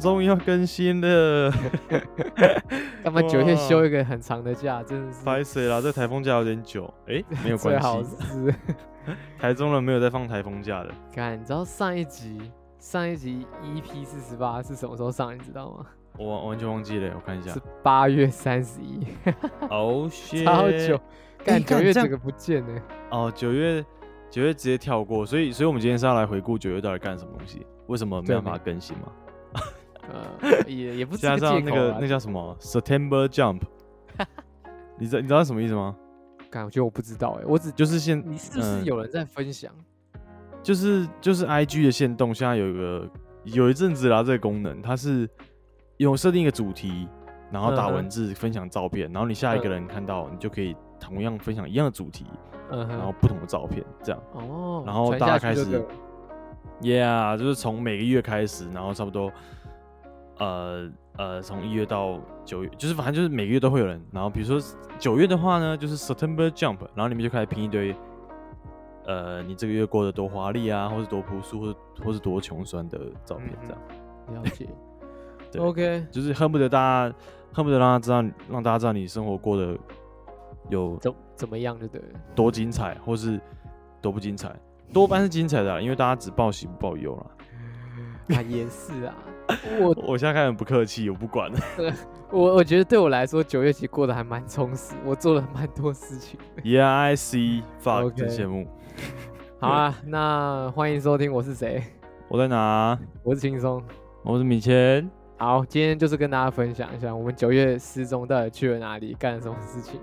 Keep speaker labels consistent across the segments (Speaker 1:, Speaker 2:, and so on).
Speaker 1: 终于要更新 了，
Speaker 2: 干嘛九
Speaker 1: 哇
Speaker 2: 月休一个很长的假，真的是
Speaker 1: 拍谁啦？这台风假有点久， 诶，没有
Speaker 2: 最
Speaker 1: 关
Speaker 2: 好
Speaker 1: 系，
Speaker 2: 是。
Speaker 1: 台中人没有在放台风假的。
Speaker 2: 看，你知道上一集上一集 EP 四十八是什么时候上？你知道吗？
Speaker 1: 我完完全忘记了，我看一下
Speaker 2: 是。八月三十一，
Speaker 1: 哦， 谢。
Speaker 2: 超久，干
Speaker 1: 干
Speaker 2: 九月
Speaker 1: 这
Speaker 2: 整
Speaker 1: 样
Speaker 2: 个不见呢。
Speaker 1: 哦，九月九月直接跳过，所以所以我们今天是要来回顾九月到底干什么东西，为什么没
Speaker 2: 对
Speaker 1: 办法
Speaker 2: 没
Speaker 1: 更新嘛？
Speaker 2: 呃，也也不是
Speaker 1: 加
Speaker 2: 个
Speaker 1: 上
Speaker 2: 借
Speaker 1: 那
Speaker 2: 口
Speaker 1: 个
Speaker 2: 啊
Speaker 1: 那叫什么 September Jump，你知道你知道什么意思吗？
Speaker 2: 干，我觉得我不知道哎，我只
Speaker 1: 就是现
Speaker 2: 你是不是
Speaker 1: 嗯
Speaker 2: 有人在分享？
Speaker 1: 就是就是 I G 的限动，现在有一个有一阵子啦，这个功能它是有设定一个主题，然后打
Speaker 2: 嗯哼
Speaker 1: 文字、分享照片，然后你下一个人看到，你就可以同样分享一样的主题，
Speaker 2: 嗯
Speaker 1: 然后
Speaker 2: 哼，
Speaker 1: 不同的照片，这样。
Speaker 2: 哦，
Speaker 1: 然后
Speaker 2: 传
Speaker 1: 大家
Speaker 2: 下去
Speaker 1: 开
Speaker 2: 就
Speaker 1: 始
Speaker 2: 对了
Speaker 1: Yeah，就是从每个月开始，然后差不多，呃呃，从一月到九月，就是反正就是每个月都会有人。然后比如说九月的话呢，就是 September Jump，然后你们就开始拼一堆，呃，你这个月过得多华丽啊，或是多朴素，或是或是多穷酸的照片
Speaker 2: 嗯，哼
Speaker 1: 这样、
Speaker 2: 了解
Speaker 1: 对
Speaker 2: ，OK，
Speaker 1: 就是恨不得大家恨不得让大家知道，让大家知道你生活过得有
Speaker 2: 怎怎么样就对了。
Speaker 1: 多精彩，或是多不精彩。多半是精彩的啦因为大家只报喜不报忧啦。
Speaker 2: 啊，也是 啊，我
Speaker 1: 我现在开始不客气，我不管了。
Speaker 2: 我我觉得对我来说，九月其实过得还蛮充实，我做了蛮多事情。
Speaker 1: Yeah, I see. Fuck，
Speaker 2: OK
Speaker 1: 真羡慕。
Speaker 2: 好啊，
Speaker 1: 嗯
Speaker 2: 那欢迎收听，我是谁？
Speaker 1: 我在哪？
Speaker 2: 我是轻松。
Speaker 1: 我是米谦。
Speaker 2: 好，今天就是跟大家分享一下，我们九月失踪到底去了哪里，干了什么事情。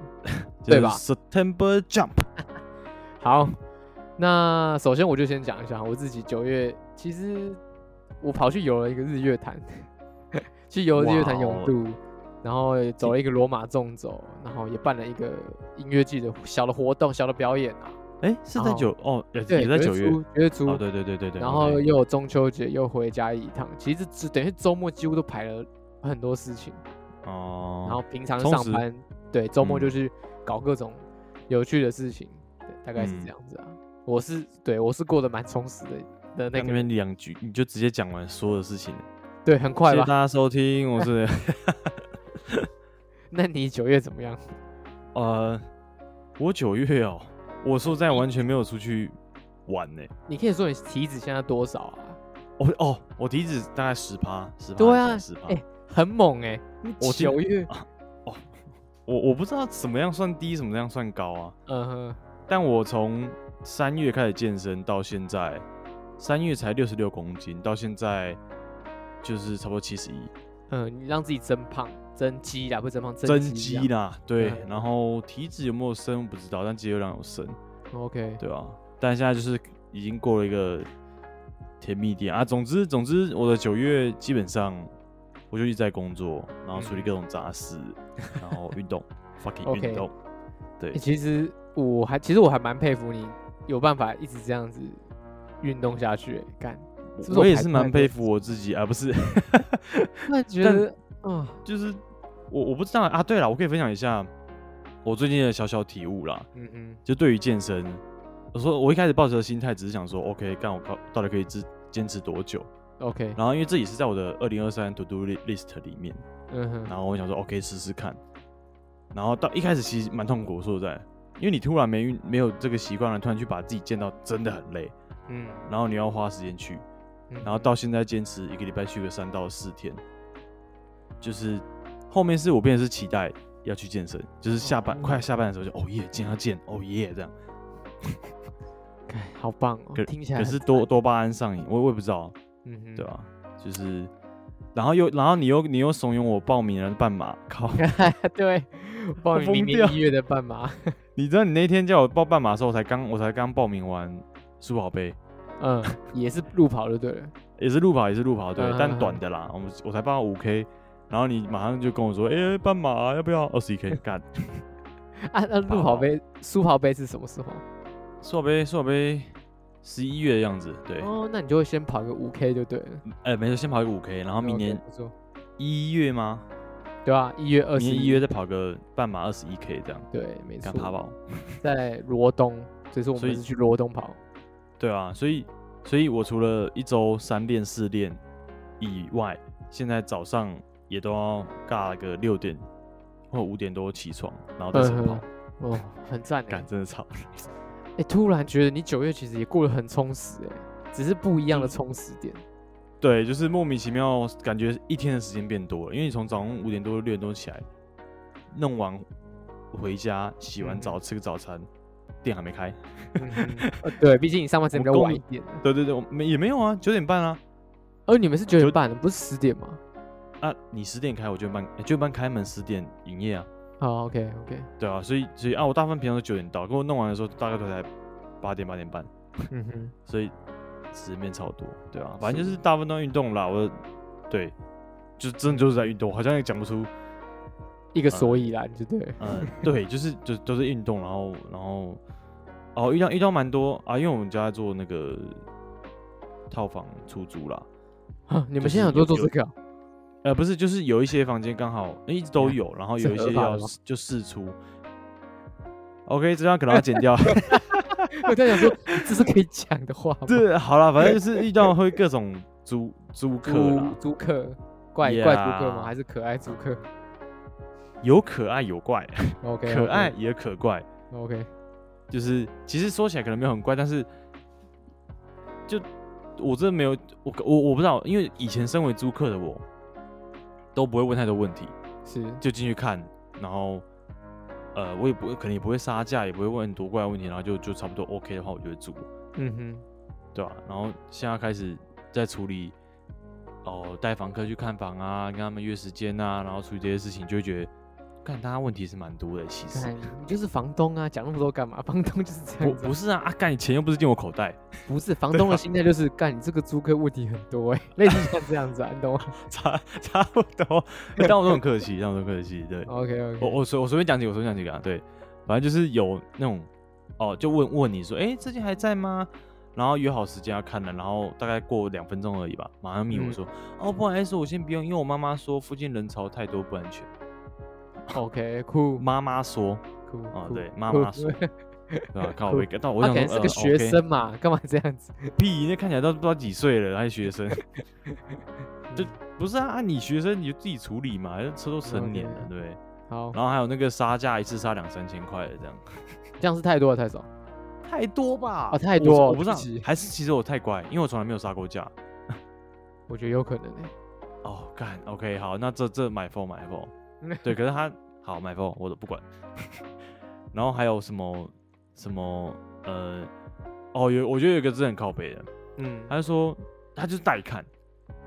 Speaker 2: 对吧
Speaker 1: 就是？September Jump。
Speaker 2: 好，那首先我就先讲一下我自己九月，其实我跑去游了一个日月潭， 去游日月潭
Speaker 1: 哇
Speaker 2: 泳
Speaker 1: 哦嗯
Speaker 2: 渡，然后也走了一个罗马纵走，然后也办了一个音乐季的小的活动、小的表演啊。
Speaker 1: 哎，是在
Speaker 2: 然后
Speaker 1: 九哦，也
Speaker 2: 对，
Speaker 1: 也在九月。
Speaker 2: 初，九月初
Speaker 1: 哦，对对对对对。
Speaker 2: 然后
Speaker 1: OK
Speaker 2: 又有中秋节，又回家一趟，其实只等于周末几乎都排了很多事情，
Speaker 1: 哦，
Speaker 2: 然后平常
Speaker 1: 充
Speaker 2: 上
Speaker 1: 实
Speaker 2: 班，对，周末就
Speaker 1: 嗯
Speaker 2: 去搞各种有趣的事情，对，大概是
Speaker 1: 嗯
Speaker 2: 这样子啊。我是对我是过得蛮充实的
Speaker 1: 那
Speaker 2: 的那个人，
Speaker 1: 边两句你就直接讲完所有的事情了。
Speaker 2: 对，很
Speaker 1: 谢
Speaker 2: 快
Speaker 1: 谢大
Speaker 2: 吧？
Speaker 1: 家收听，我是
Speaker 2: 那你九月怎么样？
Speaker 1: 呃，我九月哦，我说实在完全没有出去玩呢。
Speaker 2: 你可以说你体脂现在多少啊？
Speaker 1: 哦哦，我体脂大概十趴，十趴，
Speaker 2: 对啊
Speaker 1: 十趴。
Speaker 2: 哎，很猛哎、你
Speaker 1: 我今
Speaker 2: 九月，
Speaker 1: 我我不知道怎么样算低，怎么样算高啊。
Speaker 2: 嗯哼，
Speaker 1: 但我从三月开始健身到现在，三月才六十六公斤，到现在就是差不多七十一，
Speaker 2: 嗯，你让自己增胖、增肌啦，不是增胖，
Speaker 1: 增
Speaker 2: 肌
Speaker 1: 肌
Speaker 2: 啦。
Speaker 1: 啦，对。
Speaker 2: 嗯
Speaker 1: 然后体脂有没有升我不知道，但肌肉量有升，
Speaker 2: OK，
Speaker 1: 对吧、啊但现在就是已经过了一个甜蜜点啊。总之，总之，我的九月基本上我就一直在工作，然后处理各种杂事，然后运动 ，fucking
Speaker 2: 嗯 OK
Speaker 1: 运动。对
Speaker 2: 欸，其实我还其实我还蛮佩服你有办法一直这样子运动下去、欸，干，是不是
Speaker 1: 我
Speaker 2: 我
Speaker 1: 也
Speaker 2: 排
Speaker 1: 是
Speaker 2: 出来
Speaker 1: 蛮
Speaker 2: 的
Speaker 1: 佩服我自己啊，不是。
Speaker 2: 突然觉
Speaker 1: 但
Speaker 2: 得啊，
Speaker 1: 就是我我不知道啊。对了，我可以分享一下我最近的小小体悟啦，
Speaker 2: 嗯嗯，
Speaker 1: 就对于健身，我说我一开始抱着的心态只是想说，OK，干我靠，到底可以支坚持多久？
Speaker 2: ，OK，
Speaker 1: 然后因为这也是在我的二零二三 to do li- list 里面，
Speaker 2: 嗯哼，
Speaker 1: 然后我想说，OK，试试看。然后到一开始其实蛮痛苦，说实在，因为你突然没运没有这个习惯了，突然去把自己健到真的很累，
Speaker 2: 嗯，
Speaker 1: 然后你要花时间去，
Speaker 2: 嗯
Speaker 1: 然后到现在坚持一个礼拜去个三到四天，就是后面是我变成是期待要去健身，就是下班、
Speaker 2: 哦
Speaker 1: 快下班的时候就哦耶，健要健，哦耶这样。
Speaker 2: 干好棒哦，
Speaker 1: 可
Speaker 2: 听起来
Speaker 1: 可
Speaker 2: 很
Speaker 1: 是
Speaker 2: 赞
Speaker 1: 多，多巴胺上瘾，我我也不知道，
Speaker 2: 嗯哼，
Speaker 1: 对吧、就是，然后又然后你又你又怂恿我报名了半马， 靠！
Speaker 2: 对，报名
Speaker 1: 疯
Speaker 2: 明年
Speaker 1: 掉
Speaker 2: 一月的半马，
Speaker 1: 你知道你那天叫我报半马的时候，我才刚我才刚报名完苏跑杯，
Speaker 2: 嗯，也是路跑就对了，
Speaker 1: 也是路跑也是路跑对，
Speaker 2: 嗯嗯
Speaker 1: 但
Speaker 2: 嗯
Speaker 1: 短的啦，我们我才报五 K。然后你马上就跟我说，哎、半马要不要二十一 K？干，
Speaker 2: 啊，那路
Speaker 1: 跑
Speaker 2: 跑
Speaker 1: 吧
Speaker 2: 杯、苏跑杯是什么时候？
Speaker 1: 苏宝杯，苏宝杯十一月的样子，对，哎、
Speaker 2: 哦，那你就会先跑个五 K 就对了，
Speaker 1: 没错，先跑一个五 K，然后明
Speaker 2: OK，
Speaker 1: 年
Speaker 2: 不错，
Speaker 1: 一月吗？
Speaker 2: 对啊，一月二
Speaker 1: 明
Speaker 2: 十
Speaker 1: 年一月，再跑个半马二十一 K 这样，
Speaker 2: 对，没错
Speaker 1: 干，爬跑。
Speaker 2: 在罗东，这次我
Speaker 1: 所
Speaker 2: 们
Speaker 1: 以
Speaker 2: 是去罗东跑，
Speaker 1: 对啊，所以所以我除了一周三练四练以外，现在早上也都要尬个六点或五点多起床，然后再晨跑
Speaker 2: 嗯，哦，很赞哎
Speaker 1: 感、。真的超累。
Speaker 2: 哎、突然觉得你九月其实也过得很充实哎、只是不一样
Speaker 1: 嗯
Speaker 2: 的充实点。
Speaker 1: 对，就是莫名其妙感觉一天的时间变多了，因为你从早上五点多六点多起来，弄完回家洗完澡、吃个早餐，店还没开。
Speaker 2: 嗯哼 呃对，毕竟你上班时间比较
Speaker 1: 我
Speaker 2: 晚
Speaker 1: 公
Speaker 2: 一点。
Speaker 1: 对对对，我们也没有啊，九点半啊。
Speaker 2: 而你们是九点
Speaker 1: 九
Speaker 2: 半，不是十点吗？
Speaker 1: 啊，你十点开，我九点半，九、点半开门，十点营业啊。
Speaker 2: 好，OK OK，
Speaker 1: 对啊，所以所以啊，我大部分平常都九点到，跟我弄完的时候大概都才八点八点半，
Speaker 2: 嗯哼，
Speaker 1: 所以时间变超多。对啊，反正就是大部分都在运动啦。我对，就真的就是在运动，好像也讲不出
Speaker 2: 一
Speaker 1: 呃
Speaker 2: 个所以然，就对了。
Speaker 1: 嗯，对，就是就都是运动，然后然后哦遇到遇到蛮多啊，因为我们家在做那个套房出租啦，
Speaker 2: 啊你们
Speaker 1: 就
Speaker 2: 现在
Speaker 1: 是
Speaker 2: 很多
Speaker 1: 有
Speaker 2: 做
Speaker 1: 有
Speaker 2: 这个啊，
Speaker 1: 呃不是，就是有一些房间刚好、诶一直都有，然后
Speaker 2: 是
Speaker 1: 有一
Speaker 2: 合
Speaker 1: 些
Speaker 2: 法的
Speaker 1: 要
Speaker 2: 吗
Speaker 1: 试就试出。OK，这段可能要剪掉。
Speaker 2: 我在想说这是可以讲的话吗？
Speaker 1: 对，好啦，反正就是遇到会各种租租客啦
Speaker 2: 租，租客，怪怪租客吗？
Speaker 1: Yeah
Speaker 2: 还是可爱租客
Speaker 1: 有可爱有怪，
Speaker 2: ？OK，
Speaker 1: 可爱也可怪，
Speaker 2: ，OK，
Speaker 1: 就是其实说起来可能没有很怪，但是就我真的没有，我我我不知道，因为以前身为租客的我都不会问太多问题，
Speaker 2: 是，
Speaker 1: 就进去看，然后呃，我也不会，可能也不会杀价，也不会问很多怪的问题，然后就就差不多 OK 的话，我就会租，
Speaker 2: 嗯哼，
Speaker 1: 对吧、然后现在开始在处理哦，带房客去看房啊，跟他们约时间啊，然后处理这些事情，就会觉得，看大家问题是蛮多的，其实
Speaker 2: 看你就是房东啊，讲那么多干嘛？房东就是这
Speaker 1: 不
Speaker 2: 样子啊，
Speaker 1: 不是啊，啊干，你钱又不是进我口袋，
Speaker 2: 不是房
Speaker 1: 啊
Speaker 2: 东的心态就是干你这个租客问题很 多哎，类似像这样子啊，你懂吗
Speaker 1: 差差不 多，但我都很客气，但我都很客气。 对，
Speaker 2: ？OK OK，
Speaker 1: 我我随我随便讲几个，我随便讲几个啊。对，反正就是有那种哦，就问问你说，哎、最近还在吗？然后约好时间要看了，然后大概过两分钟而已吧，马上密我
Speaker 2: 嗯
Speaker 1: 说，哦，不好意思，我先不用，因为我妈妈说附近人潮太多不安全。
Speaker 2: OK，酷
Speaker 1: 妈妈说，
Speaker 2: 酷
Speaker 1: 哦
Speaker 2: 酷
Speaker 1: 对妈
Speaker 2: 酷
Speaker 1: 妈说对吧、靠
Speaker 2: 酷
Speaker 1: 我一个，但我
Speaker 2: 他
Speaker 1: 想
Speaker 2: 可
Speaker 1: 说，
Speaker 2: 啊能是个
Speaker 1: 呃
Speaker 2: 学
Speaker 1: OK
Speaker 2: 生嘛，干嘛这样子？
Speaker 1: 屁，那看起来都不知道几岁了，还学生， 就不是啊，啊你学生你就自己处理嘛，车都成年了
Speaker 2: OK
Speaker 1: 对不对？
Speaker 2: 好，
Speaker 1: 然后还有那个杀价一次杀两三千块的这样，
Speaker 2: 这样是太多了太少？
Speaker 1: 太多吧
Speaker 2: 哦太多
Speaker 1: 我不知
Speaker 2: 对
Speaker 1: 道
Speaker 2: 不起，
Speaker 1: 还是其实我太乖，因为我从来没有杀过价。
Speaker 2: 我觉得有可能哎。
Speaker 1: 哦，干，OK，好，那这这买 f 买 f 对，可是他好买 f 我都不管。 然后还有什么什么呃，哦，有我觉得有一个真的很靠北的，
Speaker 2: 嗯，
Speaker 1: 他就说他就是带看，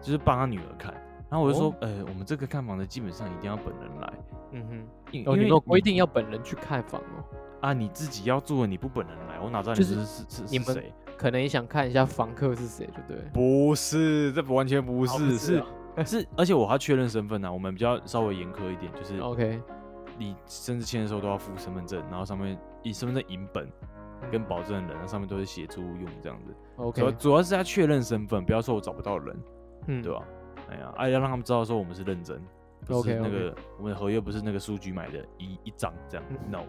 Speaker 1: 就是帮他女儿看。然后我就说，
Speaker 2: 哦
Speaker 1: 呃，我们这个看房的基本上一定要本人来，
Speaker 2: 嗯哼，
Speaker 1: 因因
Speaker 2: 哦，
Speaker 1: 为
Speaker 2: 你们有规定要本人去看房哦？
Speaker 1: 啊，你自己要住的，你不本人来，我哪知道你
Speaker 2: 就是是
Speaker 1: 是是
Speaker 2: 你
Speaker 1: 是
Speaker 2: 们
Speaker 1: 谁？
Speaker 2: 可能也想看一下房客是谁，对不对？
Speaker 1: 不是，这完全不
Speaker 2: 哦
Speaker 1: 是，
Speaker 2: 不是
Speaker 1: 是
Speaker 2: 啊
Speaker 1: 是，而且我还要确认身份啊。我们比较稍微严苛一点，就是
Speaker 2: ，OK，
Speaker 1: 你甚至签的时候都要附身份证，然后上面以身份证影本跟保证人，那上面都是写租用这样子。主要
Speaker 2: OK，
Speaker 1: 主要是要确认身份，不要说我找不到人，
Speaker 2: 嗯，
Speaker 1: 对吧、哎呀，哎、要让他们知道说我们是认真，不是
Speaker 2: OK，OK
Speaker 1: 那个我们的合约不是那个书局买的一一张这样，no，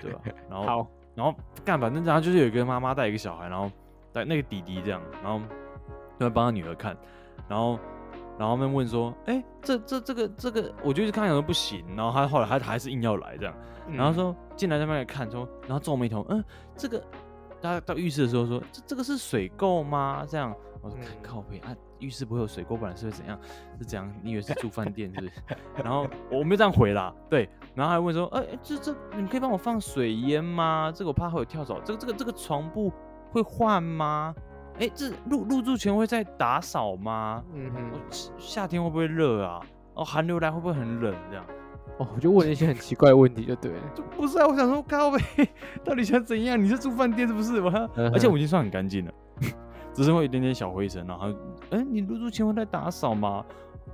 Speaker 1: 对吧、然后
Speaker 2: 嗯好，
Speaker 1: 然后干，反正然后就是有一个妈妈带一个小孩，然后带那个弟弟这样，然后就在帮他女儿看，然后然后他们问说，哎、这这这个这个，我就是看讲说不行，然后他后来他还是硬要来这样，
Speaker 2: 嗯
Speaker 1: 然后说进来那边来看，说然后皱眉头，嗯，这个他到浴室的时候说，这这个是水垢吗？这样，我说看
Speaker 2: 嗯
Speaker 1: 靠背啊，浴室不会有水垢，不然是会怎样？是怎样？你以为是住饭店是不是？然后我没有这样回啦，对，然后还问说，哎、这这你可以帮我放水烟吗？这个我怕会有跳蚤，这个这个这个床布会换吗？哎、这入入住前会再打扫吗？
Speaker 2: 嗯
Speaker 1: 我
Speaker 2: 哼，
Speaker 1: 夏夏天会不会热啊？哦，寒流来会不会很冷？这样
Speaker 2: 哦，我就问了一些很奇怪的问题，就对了。
Speaker 1: 就不是啊？我想说，靠呗，到底想怎样？你是住饭店是不是？我还要
Speaker 2: 嗯哼
Speaker 1: 而且我已经算很干净了， 只是会有一点点小灰尘。然后，哎、你入住前会再打扫吗？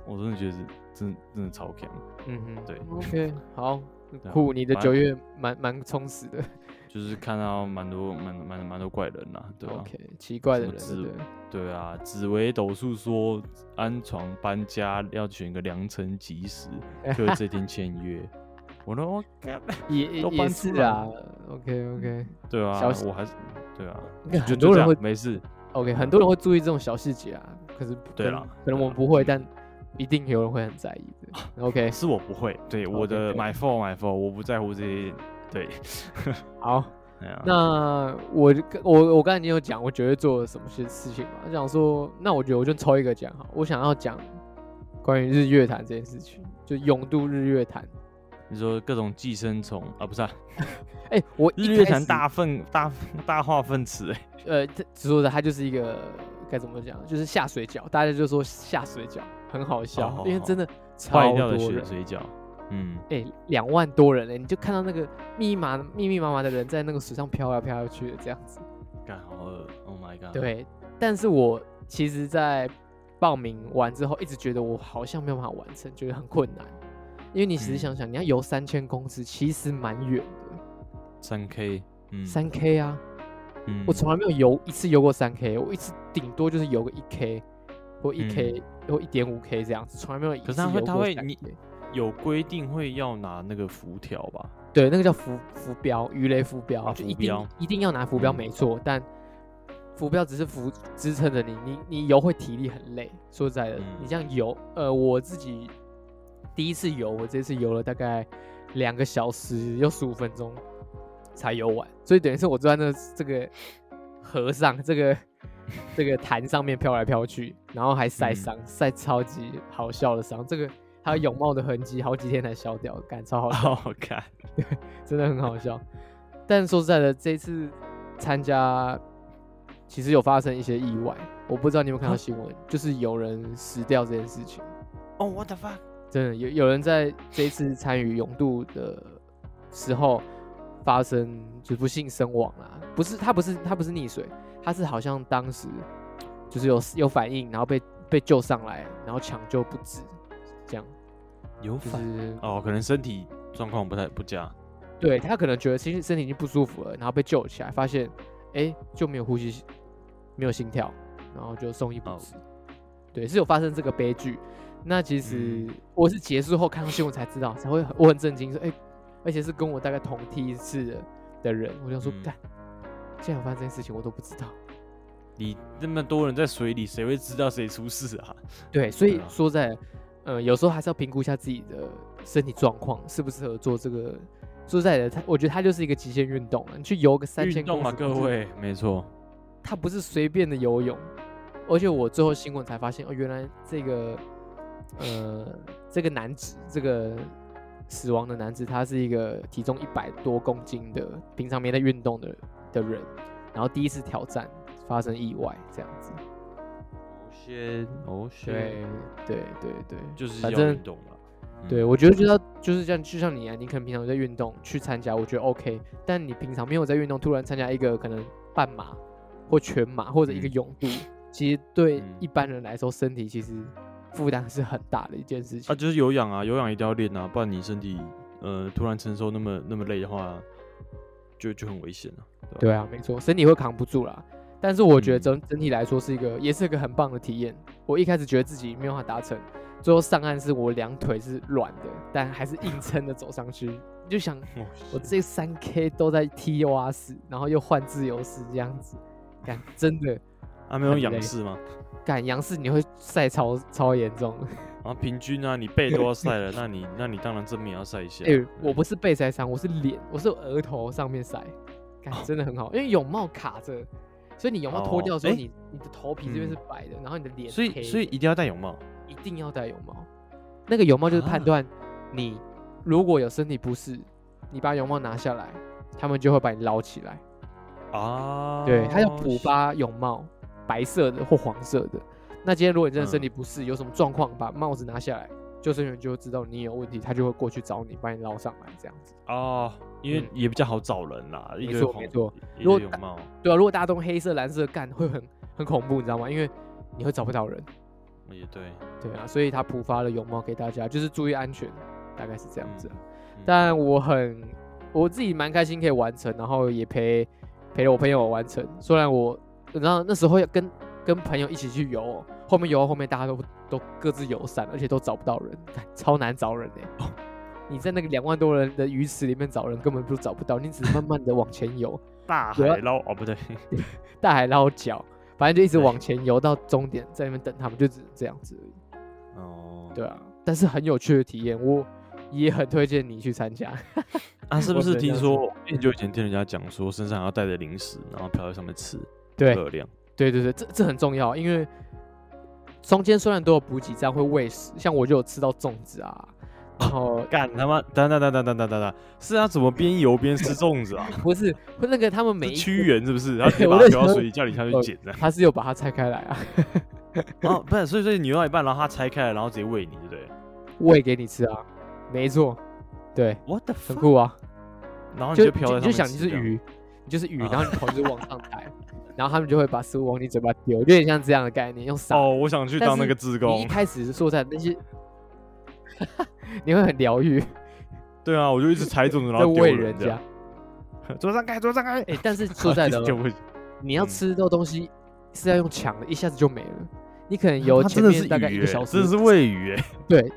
Speaker 1: 我真的觉得是真真的超强。
Speaker 2: 嗯哼，
Speaker 1: 对
Speaker 2: ，OK，好
Speaker 1: 对，啊
Speaker 2: 酷，你的
Speaker 1: 反
Speaker 2: 九月蛮蛮充实的。
Speaker 1: 就是看到蛮多蛮蛮蛮多怪人呐、对吧、
Speaker 2: OK，奇怪的
Speaker 1: 什么
Speaker 2: 人，
Speaker 1: 植
Speaker 2: 对不
Speaker 1: 物
Speaker 2: 对
Speaker 1: 对啊，紫薇斗数说安床搬家要选个良辰吉时，就这天签 约。我说哦我干，
Speaker 2: 也
Speaker 1: 都
Speaker 2: 也
Speaker 1: 搬
Speaker 2: 是
Speaker 1: 出来
Speaker 2: 啊。OK OK
Speaker 1: 对啊
Speaker 2: 小心，
Speaker 1: 我还是对啊，
Speaker 2: 看
Speaker 1: 就
Speaker 2: 很
Speaker 1: 就
Speaker 2: 多
Speaker 1: 这
Speaker 2: 人
Speaker 1: 样
Speaker 2: 会
Speaker 1: 没事，
Speaker 2: OK，很多人会注意这种小细节啊。可是
Speaker 1: 对
Speaker 2: 可
Speaker 1: 啦
Speaker 2: 能可能
Speaker 1: 对
Speaker 2: 我
Speaker 1: 啦
Speaker 2: 们不会，
Speaker 1: 嗯
Speaker 2: 但一定有人会很在意 的。OK，
Speaker 1: 哎是我不会，对我
Speaker 2: OK，
Speaker 1: 的
Speaker 2: 哦对
Speaker 1: my fault my fault，我不在乎这些，对，
Speaker 2: 好，
Speaker 1: 哎呀
Speaker 2: 那我就我我刚才你有讲，我觉得做了什么些事情嘛？我想说，那我觉得我就抽一个讲哈，我想要讲关于日月潭这件事情，就永渡日月潭。
Speaker 1: 你说各种寄生虫啊，不是、啊、
Speaker 2: 哎、我一
Speaker 1: 日月
Speaker 2: 开
Speaker 1: 潭
Speaker 2: 始
Speaker 1: 大粪大大化粪池、哎，
Speaker 2: 呃，这说的它就是一个该怎么讲，就是下水饺，大家就说下水饺很好笑，
Speaker 1: 哦
Speaker 2: 因为真的超
Speaker 1: 坏
Speaker 2: 多
Speaker 1: 掉的水
Speaker 2: 人，
Speaker 1: 水饺，嗯，
Speaker 2: 哎，两、万多人嘞、你就看到那个密麻密密麻麻的人在那个水上飘来飘去的这样子。
Speaker 1: 干好饿，Oh my god，，
Speaker 2: 对，但是我其实，在报名完之后，一直觉得我好像没有办法完成，觉得很困难，因为你仔细
Speaker 1: 嗯
Speaker 2: 想想，你要游三千公尺，其实蛮远的，
Speaker 1: 三 K，嗯，
Speaker 2: 三 K 啊，
Speaker 1: 嗯，
Speaker 2: 我从来没有游一次游过三 K，我一次顶多就是游个一 K 或一 K、或一点五 K 这样子，从来没有一次
Speaker 1: 嗯可是它会
Speaker 2: 游
Speaker 1: 它
Speaker 2: 过
Speaker 1: 会
Speaker 2: 3K
Speaker 1: 你有规定会要拿那个浮条吧？
Speaker 2: 对那个叫浮浮标鱼雷浮标，
Speaker 1: 啊
Speaker 2: 就
Speaker 1: 浮
Speaker 2: 一定
Speaker 1: 标
Speaker 2: 一定要拿浮标
Speaker 1: 嗯
Speaker 2: 没错，但浮标只是浮支撑着你，你你游会体力很累。说实在的，
Speaker 1: 嗯
Speaker 2: 你这样游，呃，我自己第一次游，我这次游了大概两个小时又十五分钟才游完，所以等于是我坐在那这个河上 这个这个潭上面飘来飘去，然后还晒
Speaker 1: 嗯
Speaker 2: 伤，晒超级好笑的伤，这个还有泳帽的痕迹，好几天才消掉，感超好笑。
Speaker 1: 好看，
Speaker 2: 真的很好笑。但说实在的，这一次参加其实有发生一些意外，我不知道你有没有看到
Speaker 1: 啊
Speaker 2: 新闻，就是有人死掉这件事情。
Speaker 1: 哦，What the fuck？
Speaker 2: 真的有有人在这一次参与勇渡的时候发生就不幸身亡啦，不是他不是他不是溺水，他是好像当时就是有有反应，然后被被救上来，然后抢救不治，这样
Speaker 1: 有
Speaker 2: 就
Speaker 1: 反
Speaker 2: 是
Speaker 1: 哦，可能身体状况不太不佳，
Speaker 2: 对他可能觉得其实身体已经不舒服了，然后被救起来，发现哎、诶就没有呼吸，没有心跳，然后就送医不
Speaker 1: 哦
Speaker 2: 治。对，是有发生这个悲剧。那其
Speaker 1: 嗯
Speaker 2: 实我是结束后看到新闻才知道，才会很我很震惊，说哎、诶而且是跟我大概同梯一次的的人，我就说
Speaker 1: 嗯
Speaker 2: 干，竟然有发生这件事情，我都不知道。
Speaker 1: 你那么多人在水里，谁会知道谁出事啊？
Speaker 2: 对，所以
Speaker 1: 对啊
Speaker 2: 说在的，呃，有时候还是要评估一下自己的身体状况适不适合做这个。说实在的，它我觉得它就是一个极限运动啊了。你去游个三千
Speaker 1: 运动
Speaker 2: 公
Speaker 1: 啊，
Speaker 2: 尺，
Speaker 1: 各位，没错，
Speaker 2: 它不是随便的游泳，而且我最后新闻才发现，哦，原来这个呃这个男子，这个死亡的男子，他是一个体重一百多公斤的，平常没在运动的的人，然后第一次挑战发生意外这样子。
Speaker 1: 哦些哦
Speaker 2: 对
Speaker 1: 些，
Speaker 2: 对对对，
Speaker 1: 就是
Speaker 2: 反
Speaker 1: 要
Speaker 2: 正
Speaker 1: 运动了。嗯
Speaker 2: 对，我觉得就要就是这样，就像你啊，你可能平常有在运动去参加，我觉得 OK。但你平常没有在运动，突然参加一个可能半马或全马或者一个
Speaker 1: 嗯
Speaker 2: 泳渡，其实对
Speaker 1: 嗯
Speaker 2: 一般人来说，身体其实负担是很大的一件事情。
Speaker 1: 啊，就是有氧啊，有氧一定要练啊，不然你身体呃突然承受那么那么累的话，就就很危险了、啊。
Speaker 2: 对
Speaker 1: 吧，
Speaker 2: 啊，没错，身体会扛不住啦。但是我觉得
Speaker 1: 嗯
Speaker 2: 整整体来说是一个，也是一个很棒的体验。我一开始觉得自己没有办法达成，最后上岸是我两腿是软的，但还是硬撑着走上去，就想
Speaker 1: 哦
Speaker 2: 我
Speaker 1: 是
Speaker 2: 这三 K 都在踢 U R 四，然后又换自由式这样子，干真的
Speaker 1: 啊，没有
Speaker 2: 很
Speaker 1: 仰
Speaker 2: 累
Speaker 1: 视吗？
Speaker 2: 干杨氏你会晒超超严 重。
Speaker 1: 啊，平均啊，你背都要晒了，那你那你当然正面也要晒一下。啊
Speaker 2: 哎、我不是背晒伤，我是脸，我是额头上面晒，干真的很好，因为泳帽卡着，所以你泳帽脱
Speaker 1: 哦
Speaker 2: 掉的时候，
Speaker 1: 哎
Speaker 2: 你你的头皮这边是
Speaker 1: 嗯
Speaker 2: 白的，然后你的脸
Speaker 1: 所以
Speaker 2: 黑
Speaker 1: 所以
Speaker 2: 的
Speaker 1: 一定要戴泳帽。
Speaker 2: 一定要戴泳帽。那个泳帽就是
Speaker 1: 啊
Speaker 2: 判断你如果有身体不适，你把泳帽拿下来，他们就会把你捞起来。
Speaker 1: 啊，
Speaker 2: 对，它叫普巴泳帽，白色的或黄色的。那今天如果你真的身体
Speaker 1: 嗯
Speaker 2: 不适，有什么状况，把帽子拿下来，救生员就会知道你有问题，他就会过去找你，把你捞上来这样子。
Speaker 1: 哦，因为
Speaker 2: 嗯
Speaker 1: 也比较好找人啦，一
Speaker 2: 没
Speaker 1: 堆
Speaker 2: 错
Speaker 1: 黄
Speaker 2: 没错，
Speaker 1: 一
Speaker 2: 如果
Speaker 1: 堆泳帽，
Speaker 2: 对啊，如果大家都用黑色、蓝色干，会很很恐怖，你知道吗？因为你会找不到人。
Speaker 1: 也对，嗯
Speaker 2: 对啊，所以他普发了泳帽给大家，就是注意安全，大概是这
Speaker 1: 这
Speaker 2: 样子啊。
Speaker 1: 嗯
Speaker 2: 但我很我自己蛮开心可以完成，然后也陪陪了我朋友完成。虽然我然后那时候要跟跟朋友一起去游，后面游到后面大家都都各自游散，而且都找不到人，干超难找人哎、你在那个两万多人的鱼池里面找人，根本就找不到，你只是慢慢的往前游，
Speaker 1: 大
Speaker 2: 我要
Speaker 1: 海捞哦，不对，
Speaker 2: 大海捞脚，反正就一直
Speaker 1: 对
Speaker 2: 往前游到终点，在那边等他们，就只能这样子而已。
Speaker 1: 哦，
Speaker 2: 对啊，但是很有趣的体验，我也很推荐你去参加。
Speaker 1: 啊，是不
Speaker 2: 我
Speaker 1: 是
Speaker 2: 只能这
Speaker 1: 听
Speaker 2: 样
Speaker 1: 说很久以前听人家讲说，身上还要带着零食，然后飘在上面吃，
Speaker 2: 对
Speaker 1: 热量。
Speaker 2: 对对对，这这很重要，因为中间虽然都有补给站会喂食，像我就有吃到粽子啊，然后
Speaker 1: 干他妈，等等等等等等等等，是啊，怎么边游边吃粽 子啊？
Speaker 2: 不是会那个他们每
Speaker 1: 是
Speaker 2: 一
Speaker 1: 屈
Speaker 2: 个
Speaker 1: 原是不 是？然后直接
Speaker 2: 我
Speaker 1: 把它
Speaker 2: 在
Speaker 1: 丢到
Speaker 2: 想
Speaker 1: 水里，叫你下去
Speaker 2: 呃
Speaker 1: 捡 的。
Speaker 2: 他是有把它拆开来啊，
Speaker 1: 哦，不是，所以所以你用到一半，然后它拆开来，然后直接喂你，对不对
Speaker 2: 喂给你吃啊，没错，对，
Speaker 1: ？What the
Speaker 2: 很
Speaker 1: fuck？
Speaker 2: 酷啊，
Speaker 1: 然后你
Speaker 2: 就
Speaker 1: 就飘在上面
Speaker 2: 你就想你
Speaker 1: 吃
Speaker 2: 是
Speaker 1: 这样，
Speaker 2: 鱼，你就是鱼，
Speaker 1: 啊
Speaker 2: 然后你头就是往上抬，然后他们就会把食物往你嘴巴丢，有点像这样的概念，用撒
Speaker 1: 哦，我想去
Speaker 2: 但
Speaker 1: 当那
Speaker 2: 是
Speaker 1: 个志
Speaker 2: 你一
Speaker 1: 工。
Speaker 2: 开始是说在那些， 你会很疗愈，
Speaker 1: 对啊，我就一直踩粽子，然
Speaker 2: 在
Speaker 1: 后丢
Speaker 2: 喂人
Speaker 1: 这
Speaker 2: 家
Speaker 1: 样。。桌上开，桌上 开。
Speaker 2: 哎、 但是说在的哦，
Speaker 1: 就会
Speaker 2: 你要
Speaker 1: 嗯
Speaker 2: 吃到东西是要用抢的，一下子就没了。你可能
Speaker 1: 啊
Speaker 2: 有
Speaker 1: 它
Speaker 2: 前
Speaker 1: 真的是
Speaker 2: 面大概
Speaker 1: 鱼
Speaker 2: 一个
Speaker 1: 欸
Speaker 2: 小时，
Speaker 1: 真的是喂鱼哎。
Speaker 2: 对，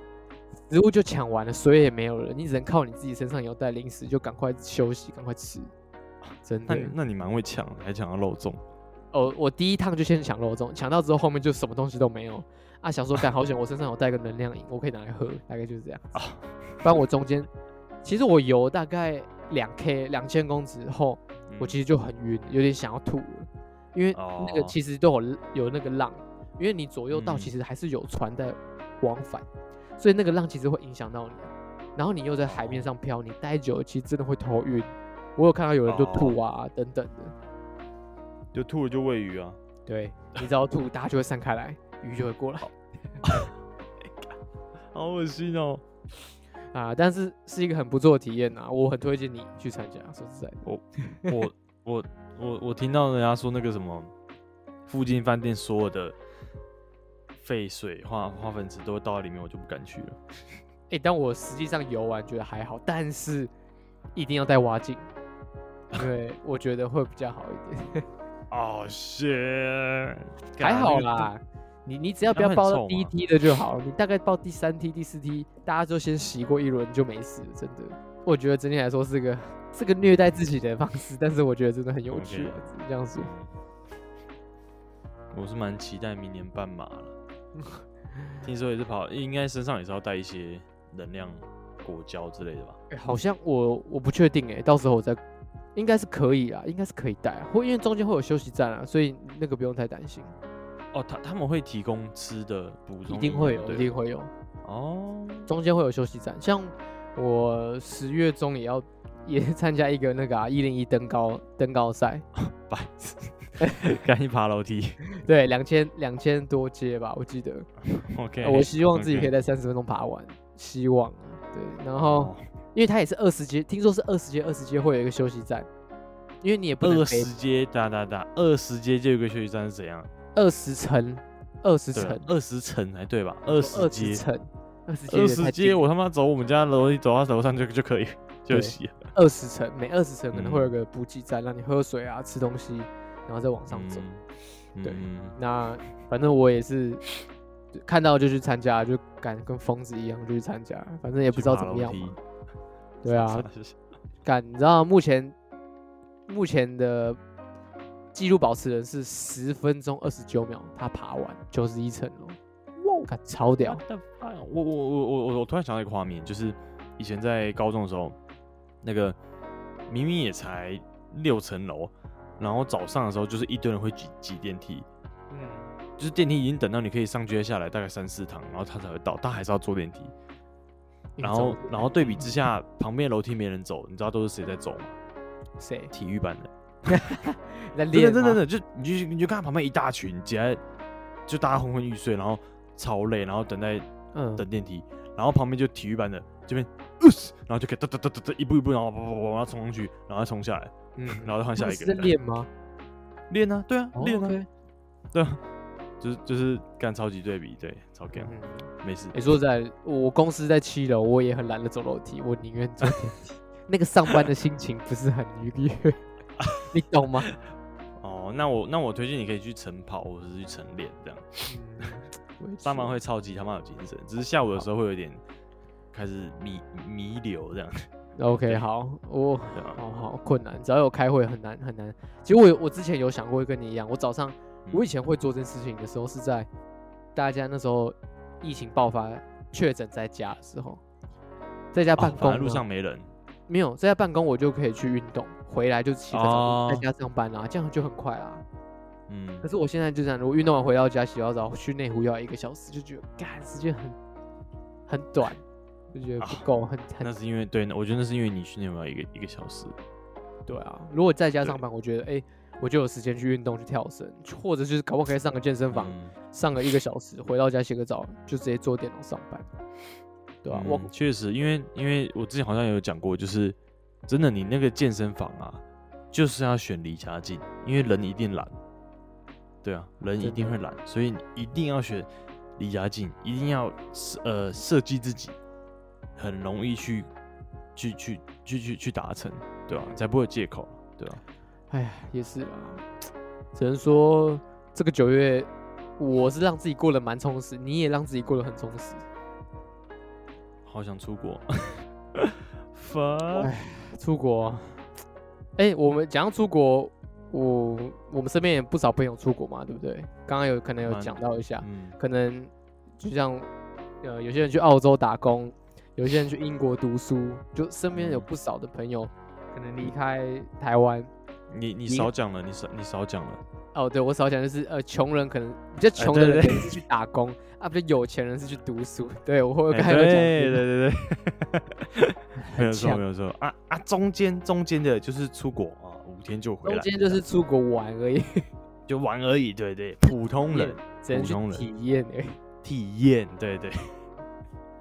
Speaker 2: 食物就抢完了，水也没有了，你只能靠你自己身上有带零食，就赶快休息，赶快吃。真
Speaker 1: 那
Speaker 2: 的
Speaker 1: 你，那你蛮会抢的，还抢到肉粽。
Speaker 2: 哦，我第一趟就先抢肉粽，抢到之后后面就什么东西都没有啊。想说，干好险，我身上有带个能量饮，我可以拿来喝，大概就是这样。
Speaker 1: 啊
Speaker 2: 不然我中间，其实我游大概两 K 两千公尺后，我
Speaker 1: 实
Speaker 2: 其实就很晕，有点想要吐了，因为那个
Speaker 1: 哦
Speaker 2: 其实都有有那个浪，因为你左右道
Speaker 1: 嗯
Speaker 2: 其实还是有船在往返，所以那个浪其实会影响到你，啊然后你又在海
Speaker 1: 哦
Speaker 2: 面上飘，你待久了其实真的会头晕。我有看到有
Speaker 1: 哦
Speaker 2: 人就吐啊、等等的，
Speaker 1: 就吐了就喂鱼啊。
Speaker 2: 对你只要吐，大家就会散开来，鱼就会过
Speaker 1: 哦
Speaker 2: 来
Speaker 1: 好恶心哦！
Speaker 2: 啊。但是是一个很不错的体验啊，我很推荐你去参加。说实在的，
Speaker 1: 我我我我听到人家说那个什么，附近饭店所有的废水化化粪池都倒在里面，我就不敢去了。
Speaker 2: 哎、但我实际上游玩觉得还好，但是一定要带蛙镜，因为我觉得会比较好 一点。
Speaker 1: 哦、shit！
Speaker 2: 还
Speaker 1: 干
Speaker 2: 好，
Speaker 1: 那
Speaker 2: 啦，你你只要不
Speaker 1: 那
Speaker 2: 要
Speaker 1: 会很
Speaker 2: 报
Speaker 1: 臭
Speaker 2: 到第一
Speaker 1: 吗
Speaker 2: 梯的就好了，你大概报第三梯、第四梯，大家就先洗过一轮就没事了，真的。我觉得整体来说是个是个虐待自己的方式，但是我觉得真的很有趣、啊
Speaker 1: OK
Speaker 2: 只能这样
Speaker 1: 个
Speaker 2: 说
Speaker 1: 嗯 我是蛮期待明年半马 了。听说也是跑，应该身上也是要带一些能量果胶之类的吧？
Speaker 2: 欸好像我我不确定哎、到时候我再应该是可以啦，应该是可以带、啊，或因为中间会有休息站啊，所以那个不用太担心，
Speaker 1: 哦，他他们会提供吃的补充
Speaker 2: 一
Speaker 1: 营养，
Speaker 2: 定会有，
Speaker 1: 对
Speaker 2: 一
Speaker 1: 吧
Speaker 2: 定会有。
Speaker 1: 哦，
Speaker 2: 中间会有休息站，像我十月中也要 也参加一个那个啊一零一登高登高赛，
Speaker 1: 白痴， 赶紧爬楼 梯。
Speaker 2: 对，两千两千多阶吧，我记得。
Speaker 1: OK，、
Speaker 2: 我希望自己可以
Speaker 1: 在。
Speaker 2: 在三十分钟爬完，希望啊。对，然后
Speaker 1: 哦
Speaker 2: 因为它也是二十阶，听说是二十阶，二十阶会有一个休息站，因为你也不能
Speaker 1: 二
Speaker 2: 飞
Speaker 1: 十阶哒哒哒，二十阶就有一个休息站是怎样？
Speaker 2: 二十层，二十
Speaker 1: 对
Speaker 2: 层
Speaker 1: 啊，，二十层才对吧？二十
Speaker 2: 二十
Speaker 1: 阶，
Speaker 2: 层，二十阶有
Speaker 1: 二
Speaker 2: 点太
Speaker 1: 十
Speaker 2: 近
Speaker 1: 阶，
Speaker 2: 了，
Speaker 1: 我他妈走我们家楼梯走到楼上就就可以休
Speaker 2: 对
Speaker 1: 息了。
Speaker 2: 二十层，每二十层可能会
Speaker 1: 嗯
Speaker 2: 有个补给站，让你喝水啊、吃东西，然后再往上走。
Speaker 1: 嗯，
Speaker 2: 对
Speaker 1: 嗯，
Speaker 2: 那反正我也是就看到就去参加，就敢跟疯子一样就去参加，反正也不知道怎么样嘛。对啊，
Speaker 1: 是
Speaker 2: 敢你知道目前目前的记录保持人是十分钟二十九秒，他爬完九十一层楼，哇，哦超屌！
Speaker 1: 但我我我我我我突然想到一个画面，就是以前在高中的时候，那个明明也才六层楼，然后早上的时候就是一堆人会挤挤电梯，
Speaker 2: 嗯，
Speaker 1: 就是电梯已经等到你可以上去下来大概三四趟，然后他才会到，他还是要坐电梯。然后然后对比之下，旁边的楼梯没人走，你知道都是谁在走吗？
Speaker 2: 谁
Speaker 1: 体育班的，真的
Speaker 2: 在练吗？
Speaker 1: 真的真的，就你就你就看到旁边一大群挤在，就大家昏昏欲睡，然后超累，然后等待
Speaker 2: 嗯，
Speaker 1: 等电梯，然后旁边就体育班的这边，呃然后就可以哒哒哒哒哒一步一步，然后叭叭叭叭然后冲上去，然后再冲下来，
Speaker 2: 嗯
Speaker 1: 然后再换
Speaker 2: 他
Speaker 1: 下
Speaker 2: 们
Speaker 1: 一
Speaker 2: 是
Speaker 1: 个
Speaker 2: 在
Speaker 1: 人。
Speaker 2: 练吗？
Speaker 1: 练啊，对啊，练啊，
Speaker 2: 哦，OK
Speaker 1: 对啊，就是就是干超级对比，对，超干，
Speaker 2: 嗯
Speaker 1: 没事。
Speaker 2: 你说实在，我公司在七楼，我也很懒得走楼梯，我宁愿坐电 梯。那个上班的心情不是很愉悦，你懂吗？
Speaker 1: 哦，那我那我推荐你可以去晨跑或者是去晨练这样。
Speaker 2: 嗯
Speaker 1: 上班会超级他妈有精神，只是下午的时候会有点开始迷迷流这样，
Speaker 2: OK，
Speaker 1: 对
Speaker 2: 好，我
Speaker 1: 对 吧？
Speaker 2: 好好困难，只要有开会很难很难。其实我有我之前有
Speaker 1: 嗯
Speaker 2: 想过跟你一样，我早上我以前会做这件事情的时候是在大家那时候疫情爆发确诊在家的时候，在家
Speaker 1: 哦
Speaker 2: 办
Speaker 1: 反
Speaker 2: 公
Speaker 1: 而
Speaker 2: 呢、
Speaker 1: 路上没人，
Speaker 2: 没有在家办公，我就可以去运动，回来就洗个澡，
Speaker 1: 哦
Speaker 2: 在家上班啦、这样就很快啦、
Speaker 1: 嗯
Speaker 2: 可，是我现在就这样，如果运动完回到家洗好澡，去内湖要一个小时，就觉得干时间很很短，就觉得不够，很
Speaker 1: 啊那
Speaker 2: 很
Speaker 1: 是因为对，我觉得那是因为你训练完一个一个小时，
Speaker 2: 对啊。如果在家上
Speaker 1: 对
Speaker 2: 班，我觉得哎、诶我就有时间去运动去跳绳，或者就是搞不好可以上个健身房，
Speaker 1: 嗯
Speaker 2: 上个一个小时，回到家洗个澡，就直接坐电脑上班，对啊，我
Speaker 1: 嗯确实，因为因为我之前好像有讲过，就是真的，你那个健身房啊，就是要选离家近，因为人一定懒，对啊，人一
Speaker 2: 真
Speaker 1: 定
Speaker 2: 的
Speaker 1: 会懒，所以你一定要选离家近，一定要设呃设计自己很容易去去去去去去达成，对吧、才不会有借口，对吧、
Speaker 2: 哎呀，也是啊，只能说这个九月，我是让自己过得蛮充实，你也让自己过得很充实。
Speaker 1: 好想出国， 烦
Speaker 2: 哎出国，哎、我们讲到出国，我我们身边也不少朋友出国嘛，对不对？刚刚有可能有
Speaker 1: 蛮
Speaker 2: 讲到一下，
Speaker 1: 嗯，
Speaker 2: 可能就像呃，有些人去澳洲打工，有些人去英国读书，就身边有
Speaker 1: 嗯
Speaker 2: 不少的朋友可能离开台湾。
Speaker 1: 你你
Speaker 2: 你
Speaker 1: 少讲了，你少你少讲了，
Speaker 2: 哦，对我少讲就是呃，穷人可能比较穷
Speaker 1: 对
Speaker 2: 的人
Speaker 1: 哎对
Speaker 2: 可能是去打工，啊，比较有钱人是去读书。 对我会
Speaker 1: 哎
Speaker 2: 刚才有讲
Speaker 1: 对
Speaker 2: 过，
Speaker 1: 对对对，没有错
Speaker 2: 呛
Speaker 1: 没有错啊啊！中间中间的就是出国啊，五天就回来，
Speaker 2: 中间就是出国玩而已，
Speaker 1: 就玩而已，对对，普通人
Speaker 2: 只能去
Speaker 1: 普通人
Speaker 2: 体验而已。
Speaker 1: 体验，对 对，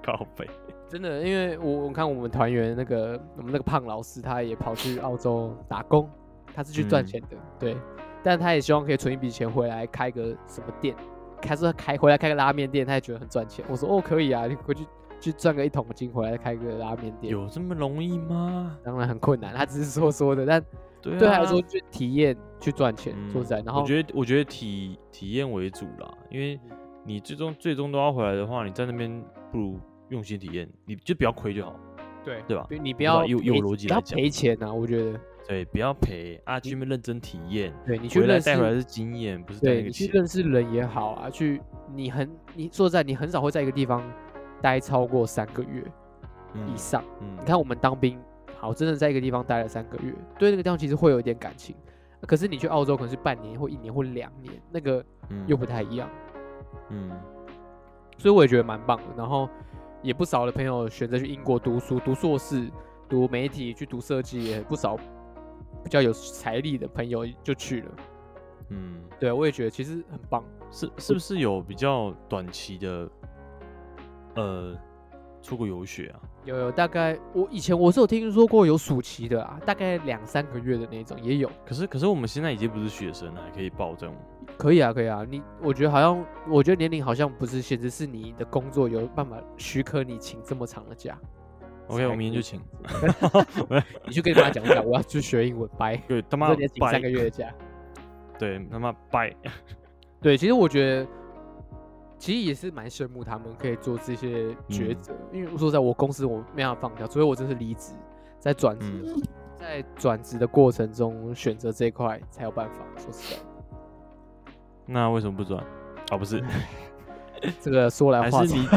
Speaker 1: 靠背，
Speaker 2: 真的，因为我我看我们团员那个我们那个胖老师，他也跑去澳洲打工，他是去赚
Speaker 1: 嗯
Speaker 2: 钱的，对，但他也希望可以存一笔钱回来开个什么店，他说他开回来开个拉面店，他也觉得很赚钱。我说哦可以啊，你回去去赚个一桶金回来开个拉面店，
Speaker 1: 有这么容易吗？
Speaker 2: 当然很困难，他只是说说的，但
Speaker 1: 对啊，
Speaker 2: 对他来说去体验去赚钱，
Speaker 1: 嗯
Speaker 2: 说实在，然后嗯
Speaker 1: 我觉得我觉得体体验为主啦，因为你最终最终都要回来的话，你在那边不如用心体验，你就不要亏就好，
Speaker 2: 对
Speaker 1: 对吧
Speaker 2: 不你不
Speaker 1: 知
Speaker 2: 要
Speaker 1: 道有有
Speaker 2: 赔
Speaker 1: 逻辑
Speaker 2: 不要
Speaker 1: 来讲
Speaker 2: 赔钱啊，我觉得，
Speaker 1: 对，不要赔啊，去那边认真体验，
Speaker 2: 对嗯你去
Speaker 1: 回来
Speaker 2: 认
Speaker 1: 带
Speaker 2: 识
Speaker 1: 回来是经验，不是带
Speaker 2: 对
Speaker 1: 那
Speaker 2: 你
Speaker 1: 个
Speaker 2: 去
Speaker 1: 钱。
Speaker 2: 认识人也好啊，去你很你说实在你很少会在一个地方待超过三个月
Speaker 1: 嗯
Speaker 2: 以上。
Speaker 1: 嗯
Speaker 2: 你看我们当兵，好，真的在一个地方待了三个月，对那个地方其实会有一点感情。呃可是你去澳洲可能是半年或一年或两年，那个
Speaker 1: 嗯
Speaker 2: 又不太一样。
Speaker 1: 嗯。
Speaker 2: 所以我也觉得蛮棒的。然后也不少的朋友选择去英国读书，读硕士，读媒体，去读设计，也不少比较有财力的朋友就去了。
Speaker 1: 嗯，
Speaker 2: 对啊我也觉得其实很棒。
Speaker 1: 是是不是有比较短期的，呃，出国游学啊？
Speaker 2: 有有，大概我以前我是有听说过有暑期的啊，大概两三个月的那种也有，
Speaker 1: 可是可是我们现在已经不是学生了，还可以报这种，
Speaker 2: 可以啊，可以啊。你我觉得好像，我觉得年龄好像不是限制，是你的工作有办法许可你请这么长的假。
Speaker 1: OK，
Speaker 2: 才
Speaker 1: 我明天
Speaker 2: 可以
Speaker 1: 就请。
Speaker 2: 你去跟你妈讲一讲，我要去学英文，拜。
Speaker 1: 对，他
Speaker 2: 我
Speaker 1: 妈
Speaker 2: 说你要请
Speaker 1: 拜
Speaker 2: 三个月的假。
Speaker 1: 对，他妈拜。
Speaker 2: 对，其实我觉得，其实也是蛮羡慕他们可以做这些抉
Speaker 1: 嗯
Speaker 2: 择，因为说实在我公司我没办法放掉，所以我真是离职，在转职，
Speaker 1: 嗯
Speaker 2: 在转职的过程中选择这一块才有办法。说实 在。
Speaker 1: 那为什么不转？啊，不 是，
Speaker 2: 这个说来
Speaker 1: 还
Speaker 2: 话
Speaker 1: 是
Speaker 2: 长，
Speaker 1: 你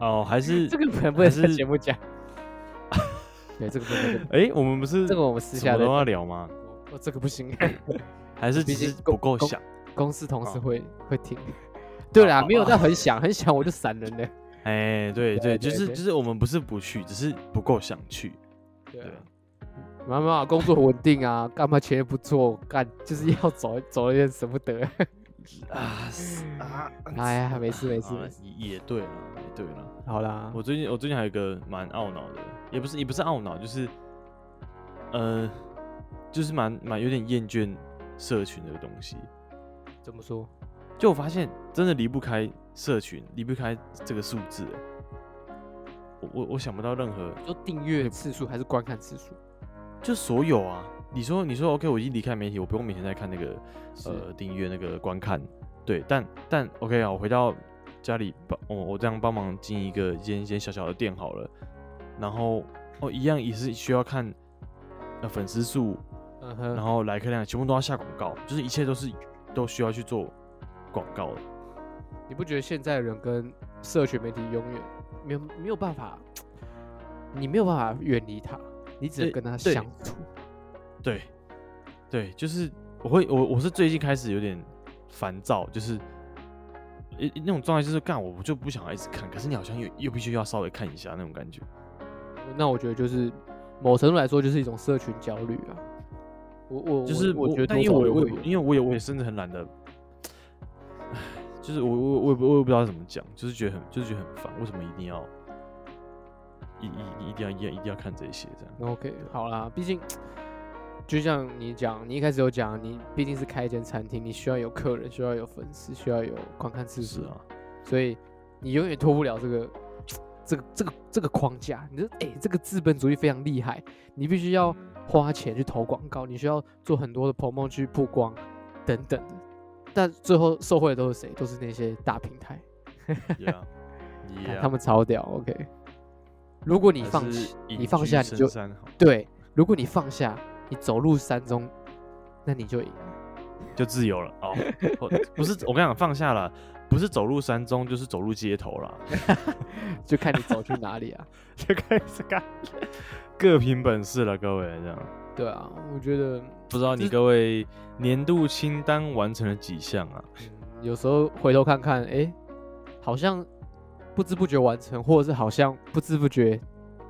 Speaker 1: 哦，还是
Speaker 2: 这个可能不能在
Speaker 1: 还是
Speaker 2: 节目讲。对，这个不能在节目，
Speaker 1: 哎，我们不是
Speaker 2: 这个我们私
Speaker 1: 什
Speaker 2: 下
Speaker 1: 么
Speaker 2: 的
Speaker 1: 都，要聊吗？
Speaker 2: 哦，这个不 行，
Speaker 1: 还是
Speaker 2: 毕
Speaker 1: 其
Speaker 2: 竟
Speaker 1: 实
Speaker 2: 公
Speaker 1: 不够
Speaker 2: 公
Speaker 1: 想？
Speaker 2: 公司同事
Speaker 1: 好
Speaker 2: 会会听。对啦，
Speaker 1: 好
Speaker 2: 没有
Speaker 1: 好
Speaker 2: 到很想，很想我就闪人了。
Speaker 1: 哎，对对，
Speaker 2: 对
Speaker 1: 就
Speaker 2: 对
Speaker 1: 是
Speaker 2: 对
Speaker 1: 就是我们不是不去，只是不够想去。
Speaker 2: 对啊
Speaker 1: 对，
Speaker 2: 没办法，工作稳定啊，干嘛钱也不做，干就是要走，走了有点舍不 得。
Speaker 1: 啊是啊！
Speaker 2: 哎呀，没 事没事
Speaker 1: 好，了
Speaker 2: 没事
Speaker 1: 也也对了，也对了。
Speaker 2: 好啦，
Speaker 1: 我最近我最近还有一个蛮懊恼的，也不是也不是懊恼，就是呃，就是蛮蛮有点厌倦社群的东西。
Speaker 2: 怎么说？
Speaker 1: 就我发现真的离不开社群，离不开这个数字欸。我我我想不到任何，
Speaker 2: 你说订阅次数还是观看次数？
Speaker 1: 就所有啊，你说你说 OK，我已经离开媒体，我不用每天在看那个
Speaker 2: 是
Speaker 1: 呃订阅那个观看，对，但但 OK 啊，我回到家里帮我我这样帮忙经营一个一间一间小小的店好了，然后哦一样也是需要看呃粉丝数，
Speaker 2: 嗯
Speaker 1: 然
Speaker 2: 哼，
Speaker 1: 后来客量，全部都要下广告，就是一切都是都需要去做广告的，
Speaker 2: 你不觉得现在的人跟社群媒体永远没有没有办法，你没有办法远离他，你只
Speaker 1: 对
Speaker 2: 能跟他
Speaker 1: 对
Speaker 2: 相处。
Speaker 1: 对，对，就是我会我我是最近开始有点烦躁，就是一一那种状态，就是干我我就不想要一直看，可是你好像又又必须要稍微看一下那种感觉。
Speaker 2: 那我觉得就是某程度来说，就是一种社群焦虑啊。我我
Speaker 1: 就是
Speaker 2: 我我觉得
Speaker 1: 但
Speaker 2: 多
Speaker 1: 因为
Speaker 2: 少
Speaker 1: 我
Speaker 2: 都
Speaker 1: 也我
Speaker 2: 会
Speaker 1: 也
Speaker 2: 有，
Speaker 1: 因为我也我也甚至很懒得，唉，就是我我我也不我也不知道怎么讲，就是觉得很就是觉得很烦，为什么一定要一一一定要一定要一定要看这些这样？
Speaker 2: OK，好啦，毕竟就像你讲，你一开始有讲，你毕竟是开一间餐厅，你需要有客人，需要有粉丝，需要有观看次
Speaker 1: 是
Speaker 2: 数，
Speaker 1: 啊，
Speaker 2: 所以你永远脱不了这个这个这个这个框架。你说，哎、这个资本主义非常厉害，你必须要花钱去投广告，你需要做很多的 promo 去曝光等等的，但最后受惠的都是谁？都是那些大平台。
Speaker 1: yeah,
Speaker 2: 看
Speaker 1: yeah,
Speaker 2: 他们超屌，OK。如果你
Speaker 1: 还
Speaker 2: 放
Speaker 1: 是
Speaker 2: 弃，你
Speaker 1: 隐
Speaker 2: 放
Speaker 1: 居
Speaker 2: 下你
Speaker 1: 深
Speaker 2: 就
Speaker 1: 山好
Speaker 2: 对。如果你放下，你走入山中，那你就赢了。
Speaker 1: 就自由了哦。 或不是，我跟你讲，放下了，不是走入山中，就是走入街头了，
Speaker 2: 就看你走去哪里啊。
Speaker 1: 就开始干，各凭本事了，各位这样。
Speaker 2: 对啊，我觉得、
Speaker 1: 不知道你各位年度清单完成了几项啊？
Speaker 2: 嗯有时候回头看看，哎、好像不知不觉完成，或者是好像不知不觉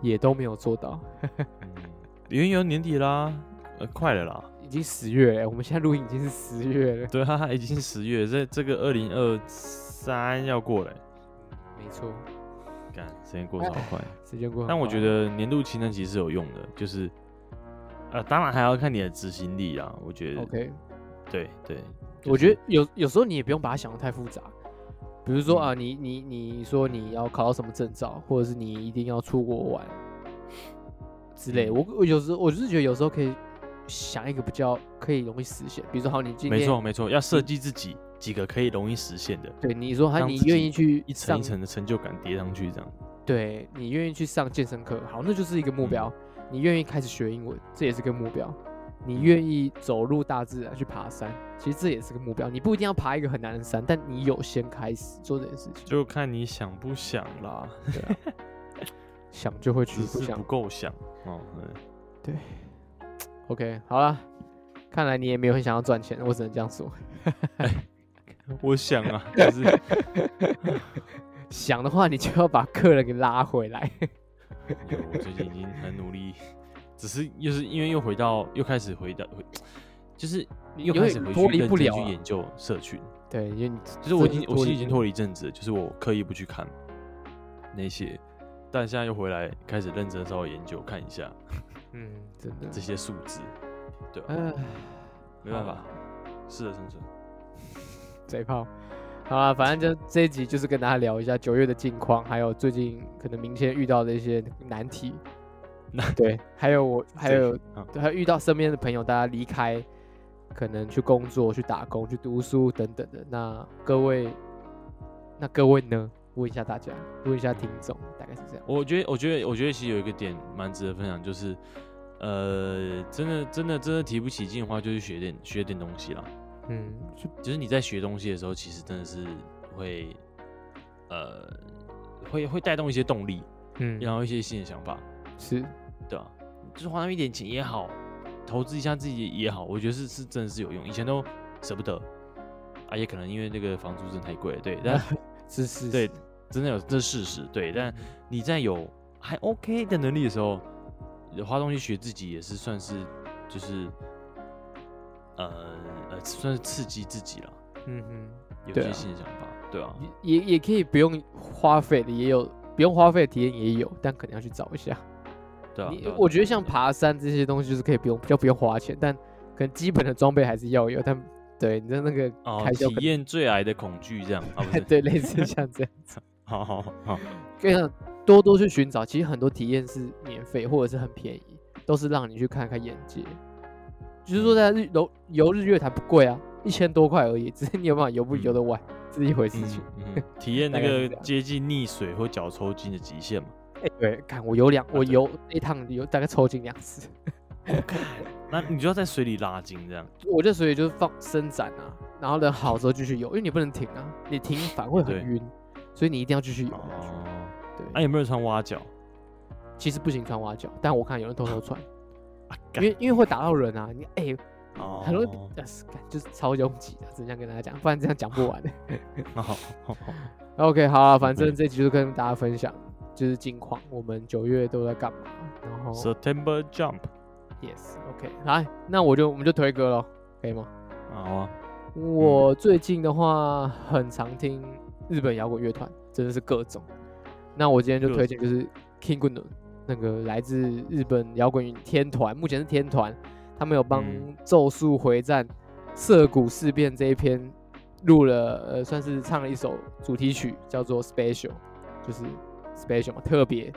Speaker 2: 也都没有做到。
Speaker 1: 嗯，因为有年底啦，呃，快了啦，
Speaker 2: 已经十月了、我们现在录音已经是十月了。
Speaker 1: 对啊，已经十月，这这个二零二三要过了欸，
Speaker 2: 没错，
Speaker 1: 干，时间过得好快。
Speaker 2: 时间过很快。
Speaker 1: 但我觉得年度清单其实是有用的，就是，呃，当然还要看你的执行力啊，我觉得。
Speaker 2: OK，
Speaker 1: 对对，
Speaker 2: 我
Speaker 1: 就是
Speaker 2: 觉得有有时候你也不用把它想的太复杂，比如
Speaker 1: 嗯
Speaker 2: 说啊，你你你说你要考到什么证照，或者是你一定要出国玩之类。
Speaker 1: 嗯
Speaker 2: 我我有时候我就是觉得有时候可以想一个比较可以容易实现，比如说好，你今天
Speaker 1: 没错没错，要设计自己几个可以容易实现的，
Speaker 2: 对你说好，
Speaker 1: 让
Speaker 2: 你
Speaker 1: 自己
Speaker 2: 愿意去
Speaker 1: 一层
Speaker 2: 上嗯
Speaker 1: 一层的成就感叠上去，这样。
Speaker 2: 对你愿意去上健身课，好，那就是一个
Speaker 1: 嗯
Speaker 2: 目标。你愿意开始学英文，这也是个目标。
Speaker 1: 嗯
Speaker 2: 你愿意走入大自然去爬山，其实这也是个目标。你不一定要爬一个很难的山，但你有先开始做这件事情。
Speaker 1: 就看你想不想啦，
Speaker 2: 对啊，想就会去，
Speaker 1: 只
Speaker 2: 不
Speaker 1: 是
Speaker 2: 想
Speaker 1: 不够想哦。嗯
Speaker 2: OK，好了，看来你也没有很想要赚钱，我只能这样说。
Speaker 1: 我想啊，就是
Speaker 2: 想的话，你就要把客人给拉回来。
Speaker 1: 有，我最近已经很努力，只是又是因为又回到又开始回到回，就是又
Speaker 2: 永
Speaker 1: 开
Speaker 2: 远
Speaker 1: 始回去
Speaker 2: 脱离
Speaker 1: 认
Speaker 2: 不
Speaker 1: 真
Speaker 2: 了
Speaker 1: 去
Speaker 2: 啊
Speaker 1: 研究社群，
Speaker 2: 对，因为你
Speaker 1: 就是我已
Speaker 2: 真
Speaker 1: 经
Speaker 2: 的
Speaker 1: 我其
Speaker 2: 脱
Speaker 1: 实
Speaker 2: 离
Speaker 1: 已经
Speaker 2: 不啊
Speaker 1: 脱离一阵子了，就是我刻意不去看那些，但现在又回来开始认真稍微研究看一下
Speaker 2: 嗯，真的
Speaker 1: 这，些数字，对啊吧、
Speaker 2: 唉，
Speaker 1: 没办法
Speaker 2: 好，
Speaker 1: 适者生存。
Speaker 2: 嘴炮。好啊，反正就这一集就是跟大家聊一下九月的近况，还有最近可能明天遇到的一些难题。
Speaker 1: 那
Speaker 2: 对，还有我还
Speaker 1: 这
Speaker 2: 有
Speaker 1: 嗯
Speaker 2: 还有遇到身边的朋友，大家离开，可能去工作、去打工、去读书等等的。那各位，那各位呢？问一下大家，问一下听众，大概是这样。
Speaker 1: 我觉得，我觉得，我觉得其实有一个点蛮值得分享，就是，呃，真的，真的，真的提不起劲的话，就去学点学点东西啦。
Speaker 2: 嗯，就
Speaker 1: 就是你在学东西的时候，其实真的是会，呃，会会带动一些动力，
Speaker 2: 嗯，
Speaker 1: 然后一些新的想法，
Speaker 2: 是
Speaker 1: 对吧、就是花那么一点钱也好，投资一下自己也好，我觉得是是真的是有用。以前都舍不得，啊，也可能因为那个房租真的太贵了，对， 但
Speaker 2: 是是，
Speaker 1: 对，真的有这是事实，对，但你在有还 OK 的能力的时候，花东西学自己也是算是就是呃呃算是刺激自己了，
Speaker 2: 嗯哼，
Speaker 1: 有
Speaker 2: 对
Speaker 1: 些
Speaker 2: 啊
Speaker 1: 新的想法，对啊，
Speaker 2: 也也可以不用花费的，也有不用花费的体验也有，但可能要去找一下。
Speaker 1: 对啊，
Speaker 2: 你
Speaker 1: 对啊
Speaker 2: 我觉得像，爬山这些东西就是可以不用，比较不用花钱，但可能基本的装备还是要有，但对你的那
Speaker 1: 对
Speaker 2: 个
Speaker 1: 啊哦，
Speaker 2: 开销可
Speaker 1: 体验最矮的恐惧 这样啊，不
Speaker 2: 能，，
Speaker 1: 是
Speaker 2: 对，类似像这样，
Speaker 1: 好好 好，
Speaker 2: 可以让多多去寻找。其实很多体验是免费或者是很便宜，都是让你去看看眼界。就是
Speaker 1: 嗯
Speaker 2: 说，在日游游日月潭不贵啊，一千多块而已，只是你有没有游不游得完，这是一回事情
Speaker 1: 嗯。嗯， 体验
Speaker 2: 大
Speaker 1: 那
Speaker 2: 概是
Speaker 1: 个
Speaker 2: 这样
Speaker 1: 接近溺水或脚抽筋的极限嘛，啊
Speaker 2: 哎、对，看我游两，我
Speaker 1: 对
Speaker 2: 游那一趟游大概抽筋两次，
Speaker 1: 那你就要在水里拉筋这样。
Speaker 2: 我就所以就是放伸展啊，然后等好之后继续游，因为你不能停啊，你停反会很
Speaker 1: 对
Speaker 2: 晕，所以你一定要继续游下去。
Speaker 1: 哦，那、
Speaker 2: 对，
Speaker 1: 有没有人穿蛙脚？
Speaker 2: 其实不行穿蛙脚，但我看有人偷偷穿，
Speaker 1: 啊，
Speaker 2: 因
Speaker 1: 干
Speaker 2: 为因为会打到人啊，你哎、
Speaker 1: 哦，
Speaker 2: 很容易， 呃，是干就是超拥挤的，只能这样跟大家讲，不然这样讲不完。
Speaker 1: 好好好
Speaker 2: OK，好啊，反正
Speaker 1: 对
Speaker 2: 这集就跟大家分享就是近况，我们九月都在干嘛，然后
Speaker 1: September Jump，
Speaker 2: Yes OK，来，那我就我们就推歌咯，可以吗？
Speaker 1: 好啊，
Speaker 2: 我最近的话很常听日本摇滚乐团，真的是各种。那我今天就
Speaker 1: 各
Speaker 2: 推荐就是 King g u n 那个来自日本摇滚天团，目前是天团，他们有帮《
Speaker 1: 嗯
Speaker 2: 咒术回战》《涩谷事变》这一篇录了，呃，算是唱了一首主题曲，叫做 Special，就是 Special 嘛，特别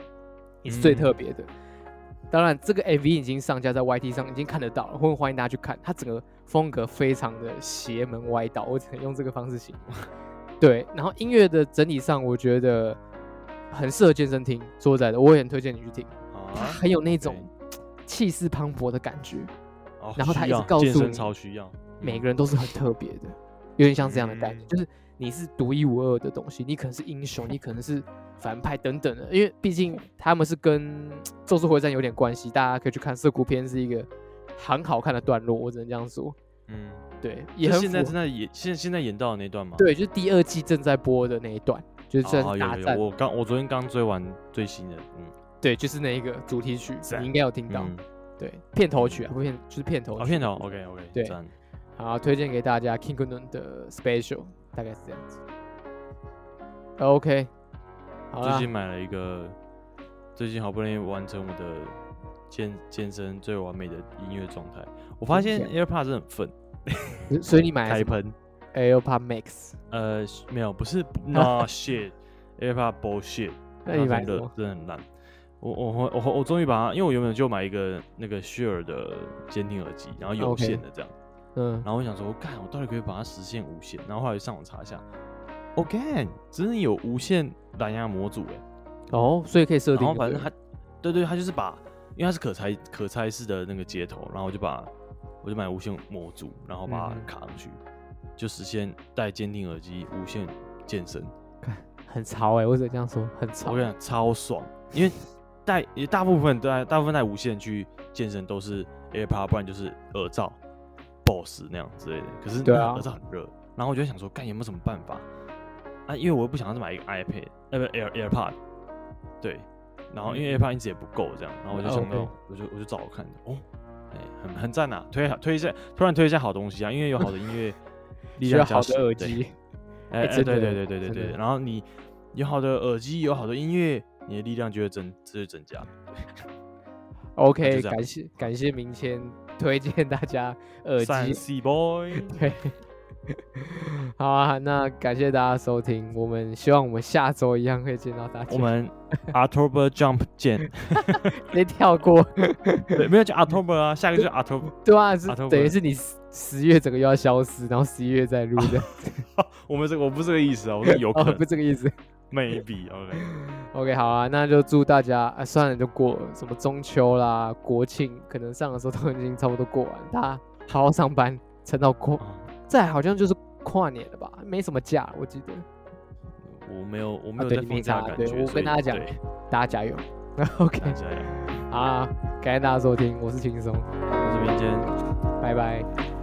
Speaker 2: 也是最
Speaker 1: 嗯
Speaker 2: 特别的。当然，这个 MV 已经上架在 YT 上，已经看得到了，会欢迎大家去看。它整个风格非常的邪门歪倒，我只能用这个方式形 容。对，然后音乐的整体上，我觉得很适合健身听。说实在的，我也很推荐你去听，
Speaker 1: 好
Speaker 2: 它
Speaker 1: 啊，
Speaker 2: 很有那种气势磅礴的感觉。
Speaker 1: 哦
Speaker 2: 然后他
Speaker 1: 需
Speaker 2: 一直
Speaker 1: 要
Speaker 2: 告
Speaker 1: 健
Speaker 2: 诉
Speaker 1: 身
Speaker 2: 你
Speaker 1: 超需要，
Speaker 2: 每
Speaker 1: 嗯
Speaker 2: 个人都是很特别的，有点像这样的概念，
Speaker 1: 嗯
Speaker 2: 就是你是独一无二的东西，你可能是英雄，你可能是反派等等的，因为毕竟他们是跟《咒术回战》有点关系，大家可以去看涩谷篇是一个很好看的段落，我只能这样说，
Speaker 1: 嗯，
Speaker 2: 对，也
Speaker 1: 也
Speaker 2: 很
Speaker 1: 现在
Speaker 2: 符
Speaker 1: 正
Speaker 2: 合
Speaker 1: 在演，现现在演到的那段吗？
Speaker 2: 对，就是第二季正在播的那一段，就是
Speaker 1: 哦，
Speaker 2: 正
Speaker 1: 好
Speaker 2: 大
Speaker 1: 有有
Speaker 2: 战
Speaker 1: 有，，我刚我昨天刚追完最新的，嗯，
Speaker 2: 对，就是那一个主题曲，
Speaker 1: 赞
Speaker 2: 你应该有听到，
Speaker 1: 嗯，
Speaker 2: 对，片头曲啊，不片就是片头
Speaker 1: 哦，
Speaker 2: 曲，
Speaker 1: 片头，OK OK，
Speaker 2: 对
Speaker 1: 赞，
Speaker 2: 好，推荐给大家 King g u n 的 Special，大概是这样子。OK，好
Speaker 1: 最
Speaker 2: 啦
Speaker 1: 近，买了一个，最近好不容易完成我的健健身最完美的音乐状态，我发
Speaker 2: 真
Speaker 1: 现
Speaker 2: 假
Speaker 1: AirPods 真的很粉，
Speaker 2: 所以你买了
Speaker 1: 开
Speaker 2: 什么
Speaker 1: 喷，
Speaker 2: AirPod Max，
Speaker 1: 呃，没有，不 是，no shit，AirPod bullshit，
Speaker 2: 那你
Speaker 1: 它
Speaker 2: 买
Speaker 1: 真
Speaker 2: 什
Speaker 1: 的
Speaker 2: 么？
Speaker 1: 真的很烂。我我我我我终于把它，因为我原本就买一个那个 Shure 的监听耳机，然后有
Speaker 2: OK
Speaker 1: 线的这样。
Speaker 2: 嗯，
Speaker 1: 然后我想说，干，我到底可以把它实现无线？然后后来上网查一下，我、干，真的有无线蓝牙模组哎。
Speaker 2: 哦，所以可以设定
Speaker 1: 然
Speaker 2: 就
Speaker 1: 后反
Speaker 2: 对了。
Speaker 1: 正它，对对，它就是把，因为它是可拆可拆式的那个接头，然后我就把我就买无线模组，然后把它
Speaker 2: 嗯哼
Speaker 1: 卡上去，就实现戴监听耳机无线健身。
Speaker 2: 很潮哎、我只能这样说，很
Speaker 1: 我
Speaker 2: 潮
Speaker 1: 跟。你讲，超爽，因为戴也大部分戴大部分戴无线去健身都是 AirPod，不然就是耳罩、Boss 那样之类的。可是
Speaker 2: 对
Speaker 1: 那
Speaker 2: 啊
Speaker 1: 耳罩很热，然后我就想说，干有没有什么办法啊？因为我又不想要再买一个
Speaker 2: 嗯
Speaker 1: iPad，呃，不 Air AirPod，对。然后因为 AirPod 一直也不够这样，然后我就想到，
Speaker 2: 嗯哦 OK
Speaker 1: 我就我就找我看哦，哎、很很赞啊，推推一下，突然推一下好东西啊，因为有好的音乐力
Speaker 2: 需要
Speaker 1: 量加
Speaker 2: 好的
Speaker 1: 持对
Speaker 2: 耳机，
Speaker 1: 哎、
Speaker 2: 哎
Speaker 1: 哎
Speaker 2: 真
Speaker 1: 对
Speaker 2: 的
Speaker 1: 对对对对
Speaker 2: 真
Speaker 1: 对。
Speaker 2: 的
Speaker 1: 然后你有好的耳机，有好的音乐，你的力量就会增，就会增加。那
Speaker 2: OK，
Speaker 1: 就这样
Speaker 2: 感谢感谢明谦推荐大家耳
Speaker 1: 三
Speaker 2: 机。
Speaker 1: C boy，
Speaker 2: 对，好啊，那感谢大家收听，我们希望我们下周一样可以见到大家。
Speaker 1: 我 们 October Jump 见。
Speaker 2: 别跳过，
Speaker 1: 对，没有叫 October 啊，下一个就是 October。
Speaker 2: 对啊，是
Speaker 1: 啊都不
Speaker 2: 等于
Speaker 1: 能
Speaker 2: 是你十十月整个又要消失，然后十一月再录的，
Speaker 1: 我们这个我不是这个意思啊， 我是有可
Speaker 2: 哦，
Speaker 1: 能、
Speaker 2: 不是这个意思。
Speaker 1: maybe OK。
Speaker 2: OK，好啊，那就祝大家，啊、算了，就过了什么中秋啦、国庆，可能上的时候都已经差不多过完，大家好好上班，撑到过，
Speaker 1: 啊
Speaker 2: 再好像就是跨年了吧，没什么假，我记得。
Speaker 1: 我没有，我没
Speaker 2: 啊
Speaker 1: 有
Speaker 2: 对
Speaker 1: 在
Speaker 2: 你
Speaker 1: 放
Speaker 2: 没
Speaker 1: 假
Speaker 2: 查
Speaker 1: 的感
Speaker 2: 对
Speaker 1: 觉。
Speaker 2: 我
Speaker 1: 所
Speaker 2: 跟
Speaker 1: 以
Speaker 2: 大家讲
Speaker 1: 对
Speaker 2: 大家加油。OK，
Speaker 1: 大家 加油。
Speaker 2: 好啊，感谢大家收听，我是轻松，
Speaker 1: 我这边见。
Speaker 2: 拜拜。